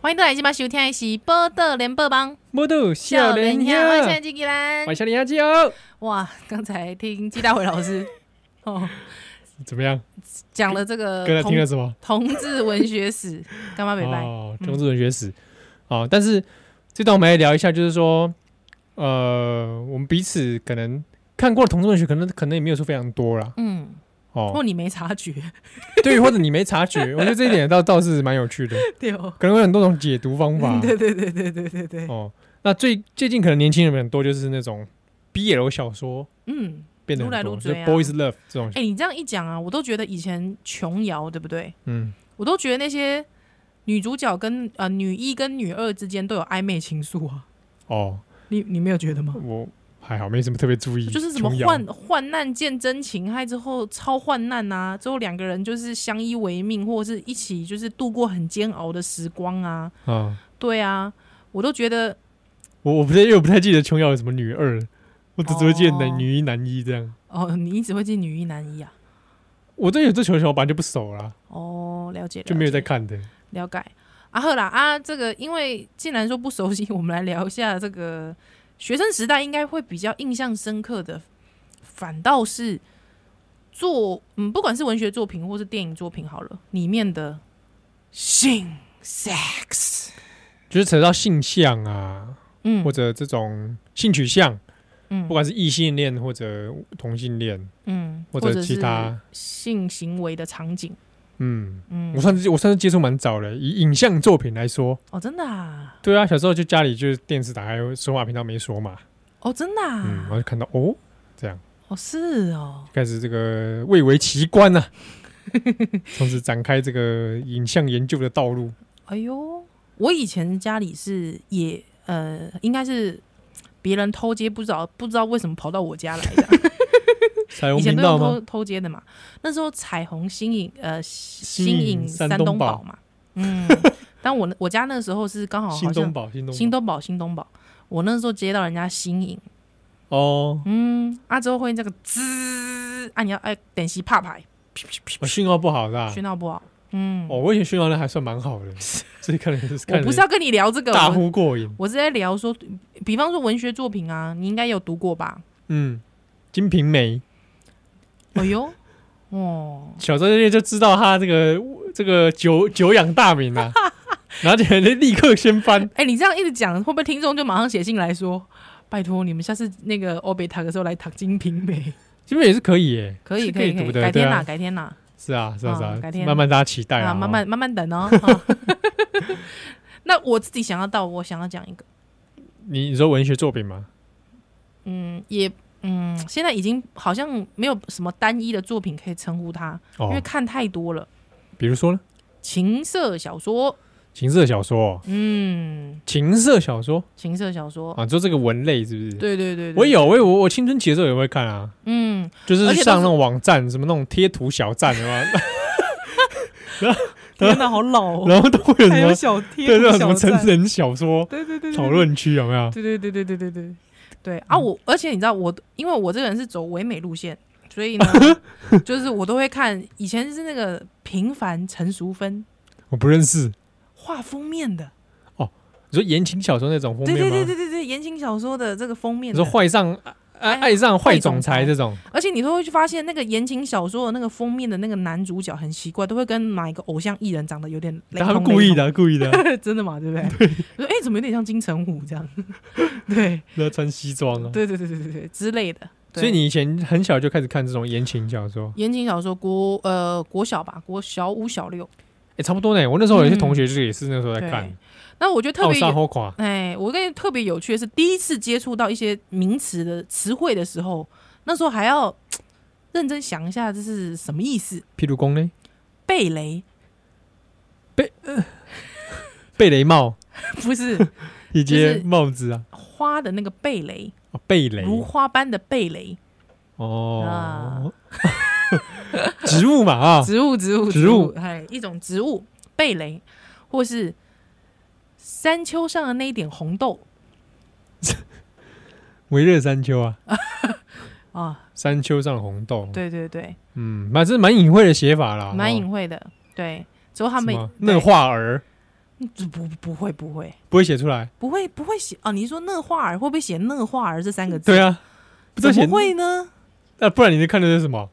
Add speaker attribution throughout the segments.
Speaker 1: 欢迎大家今晚收听的是《报道联播帮》，
Speaker 2: 摸到笑脸
Speaker 1: 兄，我是
Speaker 2: 呀，
Speaker 1: 陈吉兰
Speaker 2: 晚。笑脸鸡哦，
Speaker 1: 哇，刚才听季大伟老师 哦
Speaker 2: 怎么样？
Speaker 1: 讲了这个
Speaker 2: 刚才听
Speaker 1: 同
Speaker 2: 了什么？
Speaker 1: 同志文学史， 干嘛没拜？
Speaker 2: 哦，
Speaker 1: 嗯
Speaker 2: 同志文学史。哦，但是这段我们来聊一下，就是说，呃，我们彼此可能看过的同志文学，可能可能也没有说非常多啦。
Speaker 1: 嗯，
Speaker 2: 哦
Speaker 1: 或，你没察觉，
Speaker 2: 对，或者你没 察觉，我觉得这一点倒倒是蛮有趣的，
Speaker 1: 对哦，
Speaker 2: 可能有很多种解读方法。
Speaker 1: 对对对对对对对，
Speaker 2: 哦，那最最近可能年轻人很多就是那种 BL 小说
Speaker 1: 嗯，
Speaker 2: 变得
Speaker 1: 撸来
Speaker 2: 很多，
Speaker 1: 撸
Speaker 2: 就
Speaker 1: 追啊
Speaker 2: boys love 这种，
Speaker 1: 哎，你这样一讲啊，我都觉得以前琼瑶对不对？
Speaker 2: 嗯，
Speaker 1: 我都觉得那些女主角跟呃女一跟女二之间都有暧昧情愫啊，
Speaker 2: 哦，
Speaker 1: 你你没有觉得吗？
Speaker 2: 我还好，没什么特别注意，
Speaker 1: 就是什么
Speaker 2: 嗯琼瑶
Speaker 1: 患患难见真情，还之后超患难啊，之后两个人就是相依为命，或者是一起就是度过很煎熬的时光啊，
Speaker 2: 啊，
Speaker 1: 对啊，我都觉得
Speaker 2: 我我不太，因为我不太记得琼瑶有什么女二，我只只会记得
Speaker 1: 哦
Speaker 2: 男女一男一这样。
Speaker 1: 哦，你一直会记女一男一啊，
Speaker 2: 我对有这球球版就不熟啦，
Speaker 1: 哦，了解，
Speaker 2: 就没有在
Speaker 1: 了解
Speaker 2: 看的。
Speaker 1: 了解啊，好啦啊，这个因为既然说不熟悉， 我们来聊一下这个学生时代应该会比较印象深刻的，反倒是作嗯，不管是文学作品或是电影作品好了，里面的性 sex，
Speaker 2: 就是扯到性向啊，
Speaker 1: 嗯
Speaker 2: 或者这种性取向，
Speaker 1: 嗯
Speaker 2: 不管是异性恋或者同性恋，
Speaker 1: 嗯，
Speaker 2: 或者其他
Speaker 1: 是性行为的场景，
Speaker 2: 嗯，
Speaker 1: 嗯
Speaker 2: 我，算是我算是接触蛮早的，以影像作品来说，
Speaker 1: 哦，真的啊，
Speaker 2: 对啊，小时候就家里就是电视打开，数码频道没锁嘛，
Speaker 1: 哦，真的
Speaker 2: 嗯，
Speaker 1: 啊
Speaker 2: 然，后就看到哦，这样
Speaker 1: 哦，是哦，
Speaker 2: 开始这个蔚为奇 观呐、啊，从此展开这个影像研究的道路。
Speaker 1: 哎呦，我以前家里是也呃，应该是别人偷接，不知道不知道为什么跑到我家来
Speaker 2: 哎
Speaker 1: 的。
Speaker 2: 彩
Speaker 1: 以
Speaker 2: 虹
Speaker 1: 前
Speaker 2: 频
Speaker 1: 都用
Speaker 2: 道吗
Speaker 1: 偷？偷接的嘛。那时候彩虹新影呃新
Speaker 2: 新
Speaker 1: 影
Speaker 2: 影
Speaker 1: 山
Speaker 2: 山
Speaker 1: 东
Speaker 2: 东宝
Speaker 1: 宝嘛， 嗯，但我那我家那时候是刚好哦好
Speaker 2: 新东
Speaker 1: 像
Speaker 2: 宝，新东
Speaker 1: 新东宝新东宝，我那时候接到人家新影，
Speaker 2: 哦，
Speaker 1: 嗯，啊之后会那个滋啊，你要哎点击啪牌，
Speaker 2: 我哦讯号不好是吧
Speaker 1: 讯？号不好，嗯，
Speaker 2: 啊哦，我以前讯号量还算蛮好的， 所以看人看
Speaker 1: 我
Speaker 2: 人
Speaker 1: 不是要跟你聊这个，
Speaker 2: 大
Speaker 1: 我
Speaker 2: 呼过瘾。
Speaker 1: 我是在聊说，比方说文学作品啊，你应该有读过吧？
Speaker 2: 嗯，《金瓶梅》
Speaker 1: 哎呦，哦，
Speaker 2: 小时候就知道他这个这个久久仰大名 啊，然后就立刻先翻。
Speaker 1: 哎、你这样一直讲，会不会听众就马上写信来说，拜托你们下次那个欧北塔的时候来塔金瓶梅，
Speaker 2: 金瓶也是可以耶，
Speaker 1: 可以
Speaker 2: 是
Speaker 1: 可以可
Speaker 2: 读
Speaker 1: 以，
Speaker 2: 的，
Speaker 1: 改
Speaker 2: 对
Speaker 1: 天啦、
Speaker 2: 啊，
Speaker 1: 改天啦，
Speaker 2: 是啊是啊是
Speaker 1: 啊
Speaker 2: 啊
Speaker 1: 改天，
Speaker 2: 慢慢大家期待
Speaker 1: 啊，
Speaker 2: 啊，
Speaker 1: 慢慢慢慢等 哦。哈那我自己想要到，我想要讲一个，
Speaker 2: 哦。你你说文学作品吗？
Speaker 1: 嗯，也嗯，现在已经好像没有什么单一的作品可以称呼它，因为
Speaker 2: 哦，
Speaker 1: 看太多了。
Speaker 2: 比如说呢，
Speaker 1: 情色小说，
Speaker 2: 情色小说哦，
Speaker 1: 嗯，
Speaker 2: 情色小说
Speaker 1: 情色小说，
Speaker 2: 啊，你说这个文类是不是？
Speaker 1: 哦对对对对，
Speaker 2: 我，有，我有我我青春期的时候也会看啊。
Speaker 1: 嗯，
Speaker 2: 就是
Speaker 1: 而且都
Speaker 2: 上
Speaker 1: 是
Speaker 2: 那种网站，什么那种贴图小站的嘛，
Speaker 1: 天哪，好老 哦，
Speaker 2: 然后都会有
Speaker 1: 还
Speaker 2: 什
Speaker 1: 有
Speaker 2: 么
Speaker 1: 小贴
Speaker 2: 对那
Speaker 1: 图
Speaker 2: 种什
Speaker 1: 小
Speaker 2: 么成
Speaker 1: 站，
Speaker 2: 人小说
Speaker 1: 对对对，对
Speaker 2: 讨，论嗯区有没有？
Speaker 1: 对对对对对对对对啊！我而且你知道我，因为我这个人是走唯美路线，所 以呢，就是我都会看。以前是那个《平凡》陈淑芬
Speaker 2: 我不认识。
Speaker 1: 画封面的，
Speaker 2: 你说言情小说那种封
Speaker 1: 对
Speaker 2: 面
Speaker 1: 对对
Speaker 2: 吗？
Speaker 1: 对哎对对，言情小说的这个封面
Speaker 2: 你
Speaker 1: 的
Speaker 2: 说坏上爱爱上坏总裁这种
Speaker 1: 而且你都会去发现，那个言情小说的那个封面的那个男主角很奇怪，都会跟哪一个偶像艺人长得有点雷
Speaker 2: 他
Speaker 1: 同
Speaker 2: 们故意，的啊，故意的啊，
Speaker 1: 雷同 真的吗？对不 对？对，哎、怎么有点像金城武这样？ 对
Speaker 2: 要穿西装啊。
Speaker 1: 对对对对对对之类的。对
Speaker 2: 所以你以前很小就开始看这种言情小说，
Speaker 1: 言情小说国呃国小吧，国小五小六。
Speaker 2: 哎，差不多呢。我那时候有些同学就是也是那时候在
Speaker 1: 嗯对
Speaker 2: 看，
Speaker 1: 那我觉得特
Speaker 2: 奥
Speaker 1: 别
Speaker 2: 沙
Speaker 1: 有，
Speaker 2: 后垮
Speaker 1: 哎，我跟你特别有趣的是，第一次接触到一些名词的词汇的时候，那时候还要认真想一下这是什么意思。
Speaker 2: 譬如公呢，
Speaker 1: 贝雷
Speaker 2: 贝雷帽
Speaker 1: 不是
Speaker 2: 以
Speaker 1: 就是
Speaker 2: 及帽子啊，
Speaker 1: 花的那个贝雷，
Speaker 2: 哦贝雷
Speaker 1: 如啊花般的贝雷，
Speaker 2: 哦， 植物嘛啊，
Speaker 1: 植物植物
Speaker 2: 植物，
Speaker 1: 哎，一种植物贝雷，或是山丘上的那一点红豆
Speaker 2: 维热山丘啊，
Speaker 1: 啊，
Speaker 2: 山丘上的红豆。，
Speaker 1: 对对对，
Speaker 2: 嗯，蛮这是蛮隐晦的写法啦，
Speaker 1: 蛮
Speaker 2: 哦
Speaker 1: 隐晦的，对。之后他
Speaker 2: 什
Speaker 1: 们
Speaker 2: 么
Speaker 1: 对
Speaker 2: 那画儿，
Speaker 1: 嗯不不会不会
Speaker 2: 不会写出来。
Speaker 1: 不会不会写哦，你是说“讷化儿”会不会写“讷化儿”这三个字？
Speaker 2: 对啊，不知道
Speaker 1: 怎
Speaker 2: 写
Speaker 1: 么会呢？
Speaker 2: 那、不然你看的是什么？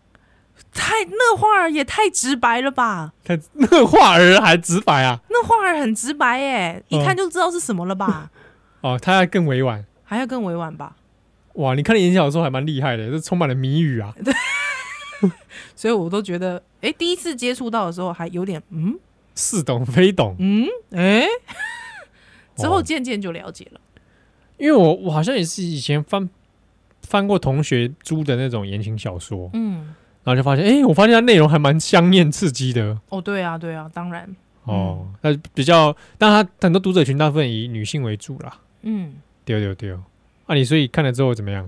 Speaker 1: 太讷化儿也太直白了吧？
Speaker 2: 看 那画儿还直白啊！
Speaker 1: 讷化儿很直白哎，一
Speaker 2: 嗯
Speaker 1: 看就知道是什么了吧？
Speaker 2: 哦，他更委婉。
Speaker 1: 还要更委婉吧？
Speaker 2: 哇，你看的言情小说还蛮厉害的，这充满了谜语啊。
Speaker 1: 所以我都觉得，哎，第一次接触到的时候还有点嗯
Speaker 2: 似懂非懂。
Speaker 1: 嗯哎，诶之后
Speaker 2: 哦
Speaker 1: 渐渐就了解了。
Speaker 2: 因为我我好像也是以前翻翻过同学租的那种言情小说，
Speaker 1: 嗯，
Speaker 2: 然后就发现，哎、我发现它内容还蛮香艳刺激的
Speaker 1: 哦，对啊，对啊，当然，嗯
Speaker 2: 哦。那、比较，但它很多读者群大部分以女性为主啦。
Speaker 1: 嗯，
Speaker 2: 对对对，啊，你所以看了之后怎么样？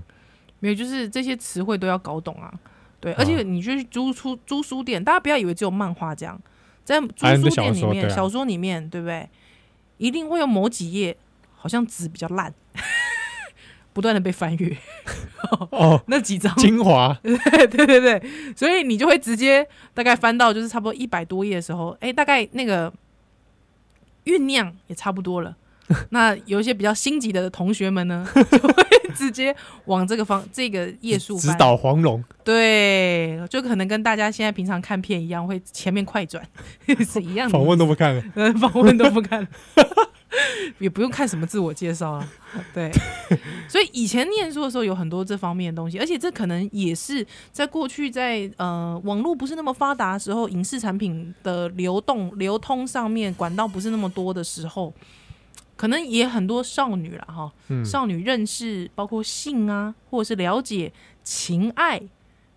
Speaker 1: 没有，就是这些词汇都要搞懂啊。对，
Speaker 2: 啊
Speaker 1: 而且你去租书租书店，大家不要以为只有漫画这样，在租
Speaker 2: 还有你的
Speaker 1: 书店里
Speaker 2: 小说
Speaker 1: 面、
Speaker 2: 对啊
Speaker 1: 小说里面，对不对？一定会有某几页好像纸比较烂，不断的被翻阅
Speaker 2: 哦，
Speaker 1: 那几张
Speaker 2: 精华
Speaker 1: 对对对对，所以你就会直接大概翻到就是差不多一百多页的时候，哎、大概那个酝酿也差不多了。那有一些比较心急的同学们呢， 就会直接往这个方这个页数
Speaker 2: 指
Speaker 1: 翻，
Speaker 2: 导黄龙，
Speaker 1: 对，就可能跟大家现在平常看片一样，会前面快转是一样的。
Speaker 2: 访问都不看了。
Speaker 1: 呃，访问都不看， 也不用看什么自我介绍了。啊 对，所以以前念书的时候有很多这方面的东西，而且这可能也是在过去在呃网络不是那么发达的时候，影视产品的流动流通上面管道不是那么多的时候，可能也很多少女了哈，
Speaker 2: 嗯，
Speaker 1: 少女认识包括性啊，或者是了解情爱。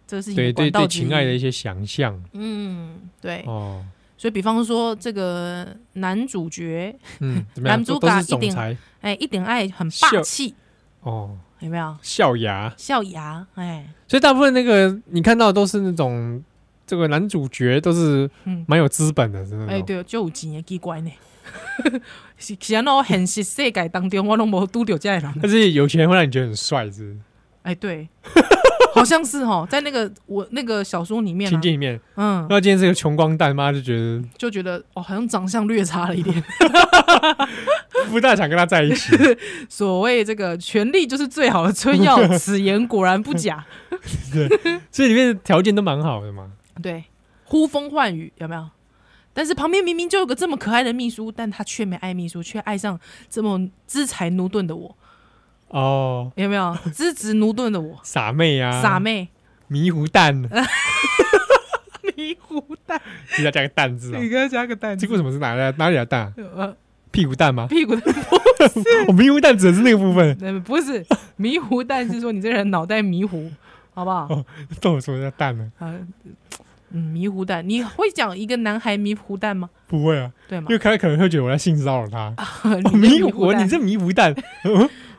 Speaker 1: 这是一
Speaker 2: 对
Speaker 1: 个管
Speaker 2: 对
Speaker 1: 道
Speaker 2: 对，
Speaker 1: 之
Speaker 2: 情
Speaker 1: 一
Speaker 2: 爱的一，些想象
Speaker 1: 嗯，对，
Speaker 2: 哦，
Speaker 1: 所以比方说这个男主角
Speaker 2: 嗯，怎么样？
Speaker 1: 男主
Speaker 2: 都都
Speaker 1: 角
Speaker 2: 是
Speaker 1: 一
Speaker 2: 总
Speaker 1: 定
Speaker 2: 裁
Speaker 1: 哎、一点爱很霸气，
Speaker 2: 哦，
Speaker 1: 有没有？
Speaker 2: 笑牙。
Speaker 1: 笑牙，哎、
Speaker 2: 所以大部分那个你看到的都是那种这个男主角都是
Speaker 1: 嗯
Speaker 2: 蛮有资本的，是那
Speaker 1: 哎、
Speaker 2: 种。
Speaker 1: 对，就有钱的奇怪呢。 是是安我现实世界当中，我拢无拄着这样的 人。
Speaker 2: 但是有钱人会让你觉得很帅，是不
Speaker 1: 哎、对，好像是哦，在那个我那个小说里
Speaker 2: 是
Speaker 1: 面、
Speaker 2: 情
Speaker 1: 啊，
Speaker 2: 境里面，
Speaker 1: 嗯，
Speaker 2: 那今天是个穷光蛋，妈就觉得
Speaker 1: 就觉得哦，好像长相略差了一点。
Speaker 2: 不大想跟他在一起。
Speaker 1: 所谓这个权力就是最好的春药，此言果然不假。
Speaker 2: 所以里面的条件都蛮好的嘛。
Speaker 1: 对，呼风唤雨有没有？但是旁边明明就有个这么可爱的秘书，但他却没爱秘书，却爱上这么资财奴钝的我，
Speaker 2: 哦，
Speaker 1: 有没有？ 资质奴钝的我，
Speaker 2: 傻妹啊，
Speaker 1: 傻妹，
Speaker 2: 迷糊蛋，
Speaker 1: 迷糊蛋，
Speaker 2: 记得加个蛋字啊。
Speaker 1: 给他加个蛋
Speaker 2: 这为什么是哪来哪里来的蛋啊？
Speaker 1: 呃，
Speaker 2: 屁股蛋吗？
Speaker 1: 屁股的
Speaker 2: 我迷糊蛋指的是那个部分，
Speaker 1: 呃不是 迷糊蛋，是说你这人脑袋迷糊，好不好？
Speaker 2: 哦到我说叫蛋呢？
Speaker 1: 啊，嗯，迷糊蛋，你会讲一个男孩迷糊蛋吗？
Speaker 2: 不会啊，
Speaker 1: 对吗
Speaker 2: 因？为开可能会觉得我在性骚扰他。 哦
Speaker 1: 啊你
Speaker 2: 迷
Speaker 1: 这
Speaker 2: 糊，
Speaker 1: 蛋
Speaker 2: 你这迷 糊蛋，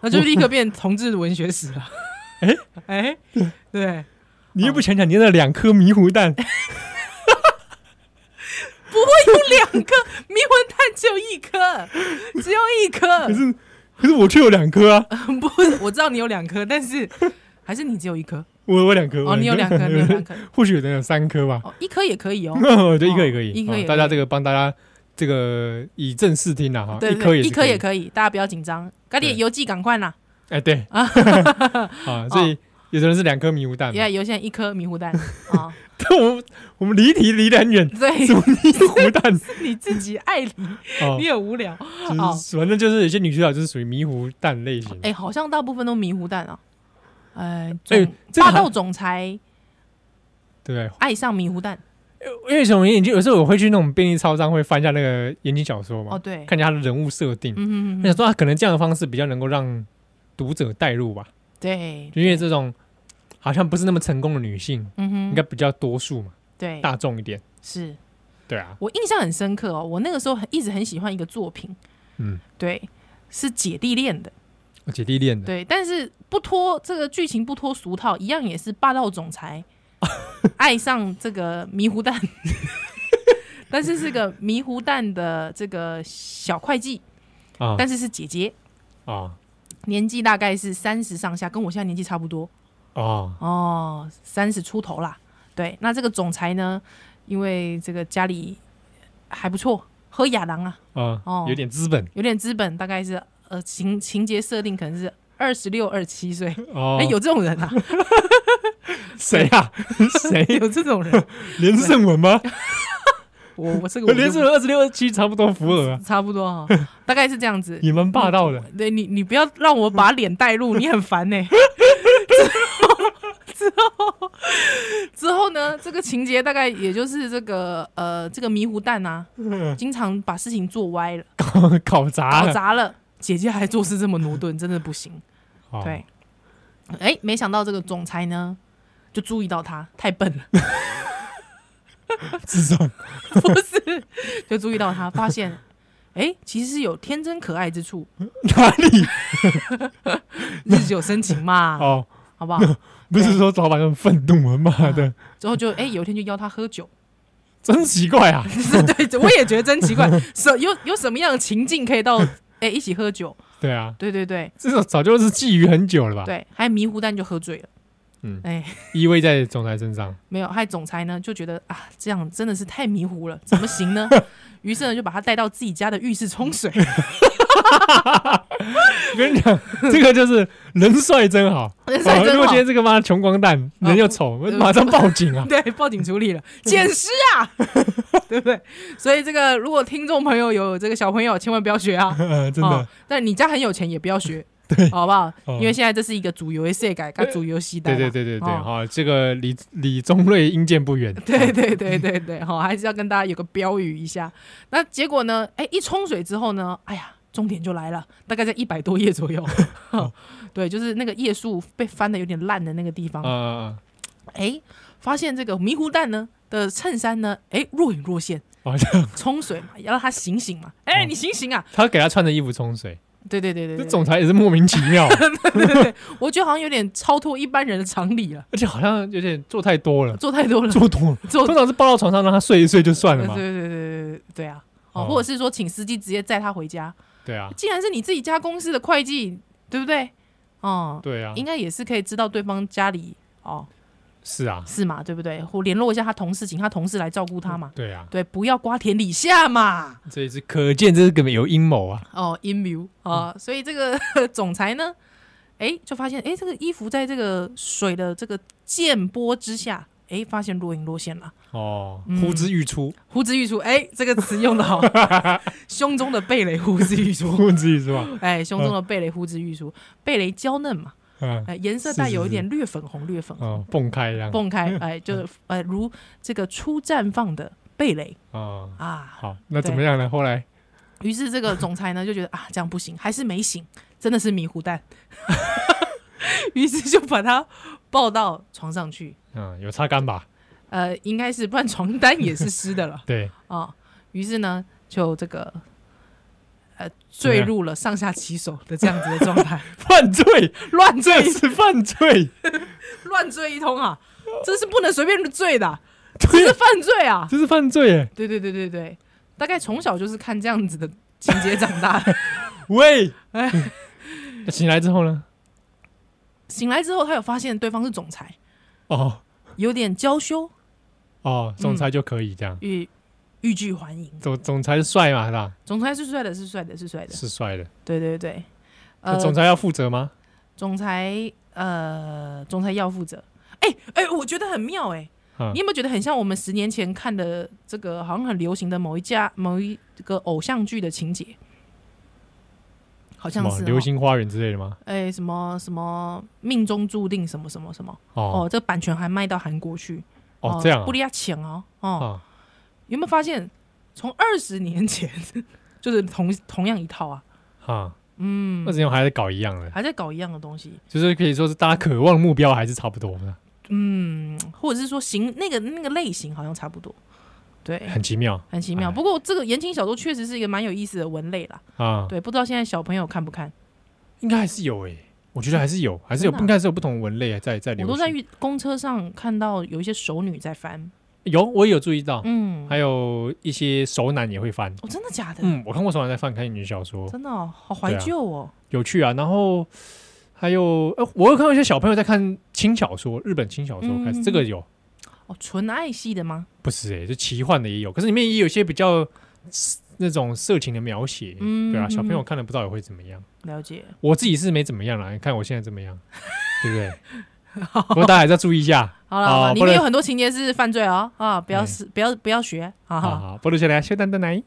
Speaker 1: 那就立刻变同志文学史 了。
Speaker 2: 哎
Speaker 1: 哎，对。
Speaker 2: 你又
Speaker 1: 哦
Speaker 2: 不想想你那两颗迷糊 蛋，
Speaker 1: 不会有两颗，迷魂蛋只有一颗，只有一颗
Speaker 2: 可。是可是我却有两颗啊，
Speaker 1: 不是，我知道你有两颗，但 是还是你只有一颗
Speaker 2: 我有两颗。
Speaker 1: 哦，你有两颗，你有两颗
Speaker 2: 或许有的人有三颗吧。
Speaker 1: 哦，一颗也可以哦。
Speaker 2: 我觉得一颗也可以，
Speaker 1: 哦一颗也可以
Speaker 2: 大家这个帮大家这个以正视听啊啦哈，
Speaker 1: 对
Speaker 2: 一颗
Speaker 1: 对，
Speaker 2: 也
Speaker 1: 一
Speaker 2: 是
Speaker 1: 颗
Speaker 2: 以
Speaker 1: 也可以，大家不要紧张，赶紧
Speaker 2: 对
Speaker 1: 邮寄赶快啦！
Speaker 2: 哎对 啊，所
Speaker 1: 哦
Speaker 2: 以有的人是两颗迷糊蛋嘛，
Speaker 1: 因为邮现在一颗迷糊 蛋啊，
Speaker 2: 但 我们我们离题离得很远，
Speaker 1: 对
Speaker 2: 什，么迷 糊蛋
Speaker 1: 你自己爱理，
Speaker 2: 哦
Speaker 1: 你，很无聊。哦
Speaker 2: 就是反正就是有些女主角就是属于迷糊蛋类型，
Speaker 1: 哎，好像大部分都迷糊蛋啊。哎，
Speaker 2: 哎
Speaker 1: 总
Speaker 2: 这个
Speaker 1: 霸
Speaker 2: 好
Speaker 1: 道总裁
Speaker 2: 对不
Speaker 1: 爱上迷糊蛋
Speaker 2: 对？因为什么眼睛有时候我会去那种便利超商会翻一下那个言情小说嘛
Speaker 1: 哦，，对，
Speaker 2: 看一下他的人物设定，
Speaker 1: 嗯嗯
Speaker 2: 我
Speaker 1: 嗯
Speaker 2: 想，说啊，可能这样的方式比较能够让读者带入吧，
Speaker 1: 对，
Speaker 2: 就因为
Speaker 1: 对
Speaker 2: 这种好像不是那么成功的女性
Speaker 1: 嗯哼，
Speaker 2: 应该比较多数嘛，
Speaker 1: 对
Speaker 2: 大众一点，
Speaker 1: 是。
Speaker 2: 对啊，
Speaker 1: 我印象很深刻哦，我那个时候很一直很喜欢一个作品，
Speaker 2: 嗯。
Speaker 1: 对，是姐弟恋的，
Speaker 2: 姐弟恋的，
Speaker 1: 对，但是不脱这个剧情不脱俗套，一样也是霸道总 裁爱上这个迷糊蛋， 但是是个迷糊蛋的这个小会计，
Speaker 2: 啊
Speaker 1: 但是是姐姐，
Speaker 2: 啊
Speaker 1: 年纪大概是三十上下，跟我现在年纪差不多
Speaker 2: 啊！
Speaker 1: 哦，三十出头啦，对，那这个总裁呢，因为这个家里还不错。喝亚郎啊，
Speaker 2: 啊、
Speaker 1: 哦
Speaker 2: 有点资本
Speaker 1: 有点资本，大概是呃情情节设定可能是二十六、二十七岁，哎、
Speaker 2: 哦。
Speaker 1: 有这种人啊，
Speaker 2: 谁 啊？谁？
Speaker 1: 有这种人，
Speaker 2: 连胜文吗？
Speaker 1: 我我这 个我就
Speaker 2: 连胜文二十六、二七差不多福尔啊，
Speaker 1: 差不多哈、大概是这样子。
Speaker 2: 也蛮霸道的。
Speaker 1: 对你，你不要让我
Speaker 2: 嗯
Speaker 1: 把脸带入，你很烦 呢、之后，之后，之后呢？这个情节大概也就是这个呃，这个迷糊蛋啊，
Speaker 2: 嗯
Speaker 1: 经常把事情做歪了，
Speaker 2: 搞砸
Speaker 1: 搞
Speaker 2: 了，
Speaker 1: 砸了。姐姐还做事这么驽钝，真的不行。
Speaker 2: 哦
Speaker 1: 对，哎、没想到这个总裁呢，就注意到他太笨 了，
Speaker 2: 智障
Speaker 1: 不是？就注意到他，发现哎、其实是有天真可爱之处，
Speaker 2: 哪里？
Speaker 1: 日久生情嘛，
Speaker 2: 哦，
Speaker 1: 好不好？
Speaker 2: 不是说老板很愤怒吗？妈的，
Speaker 1: 之后就哎、有一天就邀他喝酒。
Speaker 2: 真奇怪啊！
Speaker 1: 对，对我也觉得真奇怪，什有有什么样的情境可以到 哎、一起喝酒？
Speaker 2: 对啊，
Speaker 1: 对对对
Speaker 2: 这种早就是觊觎很久了吧？
Speaker 1: 对，还迷糊蛋就喝醉了，
Speaker 2: 嗯
Speaker 1: 哎、
Speaker 2: 依偎在总裁身上，
Speaker 1: 没有，害总裁呢就觉得啊这样真的是太迷糊了，怎么行 呢？于是呢就把他带到自己家的浴室冲水，
Speaker 2: 我跟你讲，这个就是人帅真好。
Speaker 1: 人帅
Speaker 2: 哦如
Speaker 1: 真
Speaker 2: 果
Speaker 1: 好
Speaker 2: 今，天这个妈穷光蛋，
Speaker 1: 哦
Speaker 2: 人又丑，
Speaker 1: 不
Speaker 2: 马上报警啊！
Speaker 1: 对，报警处理 了，捡尸啊，对不对？所以这个如果听众朋友有这个小朋友，千万不要学啊。
Speaker 2: 呃真
Speaker 1: 哦
Speaker 2: 的，，
Speaker 1: 但你家很有钱也不要 学，对，好不好？
Speaker 2: 哦
Speaker 1: 因为现在这是一个主游的世界，跟主游戏代
Speaker 2: 对
Speaker 1: 啦。
Speaker 2: 对对对对，
Speaker 1: 哦
Speaker 2: 哈，这个李李宗瑞应见不远，
Speaker 1: 对对对对对，好，还是要跟大家有个标语一下。那结果呢？哎，一冲水之后呢，哎呀，重点就来了，大概在一百多页左 右。对，就是那个页数被翻的有点烂的那个地
Speaker 2: 啊
Speaker 1: 方。
Speaker 2: 啊啊，
Speaker 1: 哎、发现这个迷糊蛋呢的衬衫呢，哎，若隐若现。
Speaker 2: 好像
Speaker 1: 冲水嘛，要让他醒醒嘛。哎、
Speaker 2: 哦
Speaker 1: 你醒醒啊！
Speaker 2: 他给他穿的衣服冲水，
Speaker 1: 对对对对
Speaker 2: 这
Speaker 1: 对，
Speaker 2: 总裁也是莫名其妙，
Speaker 1: 我觉得好像有点超脱一般人的常理了，
Speaker 2: 而且好像有点做太多了，
Speaker 1: 做太多了，
Speaker 2: 做多了，
Speaker 1: 做
Speaker 2: 通常是抱到床上让他睡一睡就算了
Speaker 1: 对对
Speaker 2: 嘛。
Speaker 1: 对对对对啊！哦，
Speaker 2: 哦
Speaker 1: 或者是说请司机直接载他回家。
Speaker 2: 对啊，
Speaker 1: 既然是你自己家公司的会计，对不对？哦、
Speaker 2: 对啊，
Speaker 1: 应该也是可以知道对方家里哦
Speaker 2: 是啊，
Speaker 1: 是嘛，对不对？或联络一下他同事，请他同事来照顾他嘛。
Speaker 2: 对啊，
Speaker 1: 对，不要瓜田李下嘛。
Speaker 2: 这也是可见，这是根本有阴谋啊！
Speaker 1: 哦，阴谋啊！所以这个总裁呢，哎，就发现哎，这个衣服在这个水的这个溅波之下，哎，发现若隐若现了，
Speaker 2: 哦
Speaker 1: 嗯，
Speaker 2: 呼之 欲出，
Speaker 1: 呼之欲出。哎，这个词用的好，胸中的蓓蕾呼之欲出。
Speaker 2: 呼之欲出啊！
Speaker 1: 哎，胸中的蓓蕾呼之欲出，蓓蕾娇嫩嘛，
Speaker 2: 嗯，
Speaker 1: 哎，颜色
Speaker 2: 是
Speaker 1: 带
Speaker 2: 是
Speaker 1: 有一
Speaker 2: 是
Speaker 1: 点略粉红，略粉红。
Speaker 2: 哦，嗯蹦开这样
Speaker 1: 蹦开，哎，就是呃，如这个初绽放的蓓蕾
Speaker 2: 啊。
Speaker 1: 啊。
Speaker 2: 好，那怎么样呢？后来
Speaker 1: 于是这个总裁呢就觉得啊，这样不行，还是没醒，真的是迷糊 蛋。于是就把他抱到床上去，
Speaker 2: 嗯，有擦干吧？
Speaker 1: 呃，应该是不然床单也是湿的 了
Speaker 2: 对，
Speaker 1: 啊、于是呢，就这个呃坠入了上下其手的这样子的状 态，
Speaker 2: 犯罪，
Speaker 1: 乱
Speaker 2: 这
Speaker 1: 坠
Speaker 2: 是 犯罪，
Speaker 1: 乱坠一通啊，这是不能随便坠的啊、这
Speaker 2: 对
Speaker 1: 是
Speaker 2: 啊，
Speaker 1: 犯罪啊！
Speaker 2: 这是犯罪耶！
Speaker 1: 对对对对对，大概从小就是看这样子的情节长大的。
Speaker 2: 喂
Speaker 1: 哎，
Speaker 2: 那醒来之后呢？
Speaker 1: 醒来之后，他有发现对方是总裁，
Speaker 2: 哦
Speaker 1: 有点娇羞，
Speaker 2: 哦，
Speaker 1: 嗯
Speaker 2: 总裁就可以这样，
Speaker 1: 欲欲拒还迎。
Speaker 2: 总总裁帅嘛，是吧？
Speaker 1: 总裁是帅的，是帅的，是帅的。
Speaker 2: 是帅的，
Speaker 1: 对对对，呃
Speaker 2: 那，总裁要负责吗？
Speaker 1: 总裁呃，总裁要负责。哎、哎、我觉得很妙哎、
Speaker 2: 啊
Speaker 1: 你有没有觉得很像我们十年前看的这个好像很流行的某一家某一个偶像剧的情节？好
Speaker 2: 什
Speaker 1: 像
Speaker 2: 么
Speaker 1: 是
Speaker 2: 流
Speaker 1: 哦
Speaker 2: 星花园之类的吗？
Speaker 1: 哎、什么什么命中注定什么什么什么哦
Speaker 2: 哦
Speaker 1: 这版权还卖到韩国去
Speaker 2: 哦，这样啊
Speaker 1: 不利亚钱哦哦，
Speaker 2: 啊，
Speaker 1: 有没有发现从二十年前就是同同样一套啊，
Speaker 2: 哈，
Speaker 1: 嗯
Speaker 2: 二，十年还在搞一样的，
Speaker 1: 还在搞一样的东西，
Speaker 2: 就是可以说是大家渴望的目标还是差不多的，
Speaker 1: 嗯，或者是说型那个那个类型好像差不多，对，
Speaker 2: 很奇妙
Speaker 1: 很奇妙。
Speaker 2: 哎
Speaker 1: 不过这个言情小说确实是一个蛮有意思的文类啦，
Speaker 2: 啊。
Speaker 1: 对，不知道现在小朋友看不看？
Speaker 2: 应该还是有诶、我觉得还是有，还是有，
Speaker 1: 真的啊
Speaker 2: 应该是有不同文类在在流
Speaker 1: 我
Speaker 2: 行。
Speaker 1: 都在遇公车上看到有一些熟女在翻，
Speaker 2: 有，我也有注意到，
Speaker 1: 嗯，
Speaker 2: 哦还有一些熟男也会翻。
Speaker 1: 哦，真的假的？
Speaker 2: 嗯，我看过熟男在翻看女小说，
Speaker 1: 真的、哦、好怀
Speaker 2: 对啊
Speaker 1: 旧哦。
Speaker 2: 有趣啊。然后还有，呃，我有看到一些小朋友在看轻小说，日本轻小说开始，
Speaker 1: 嗯
Speaker 2: 这个有
Speaker 1: 哦，纯爱系的吗？
Speaker 2: 不是诶、就奇幻的也有，可是里面也有一些比较那种色情的描写，
Speaker 1: 嗯
Speaker 2: 对啊，小朋友
Speaker 1: 嗯
Speaker 2: 看了不知道也会怎么样。
Speaker 1: 了解。
Speaker 2: 我自己是没怎么样啦，你看我现在怎么样，对不对？不过大家还是要注意一下。
Speaker 1: 好了，
Speaker 2: 哦
Speaker 1: 里
Speaker 2: 不
Speaker 1: 面
Speaker 2: 能
Speaker 1: 有很多情节是犯罪哦，啊，不要
Speaker 2: 哎
Speaker 1: 是不要不要学，好啊
Speaker 2: 好
Speaker 1: 好。
Speaker 2: 好，波多小来，秀蛋蛋来。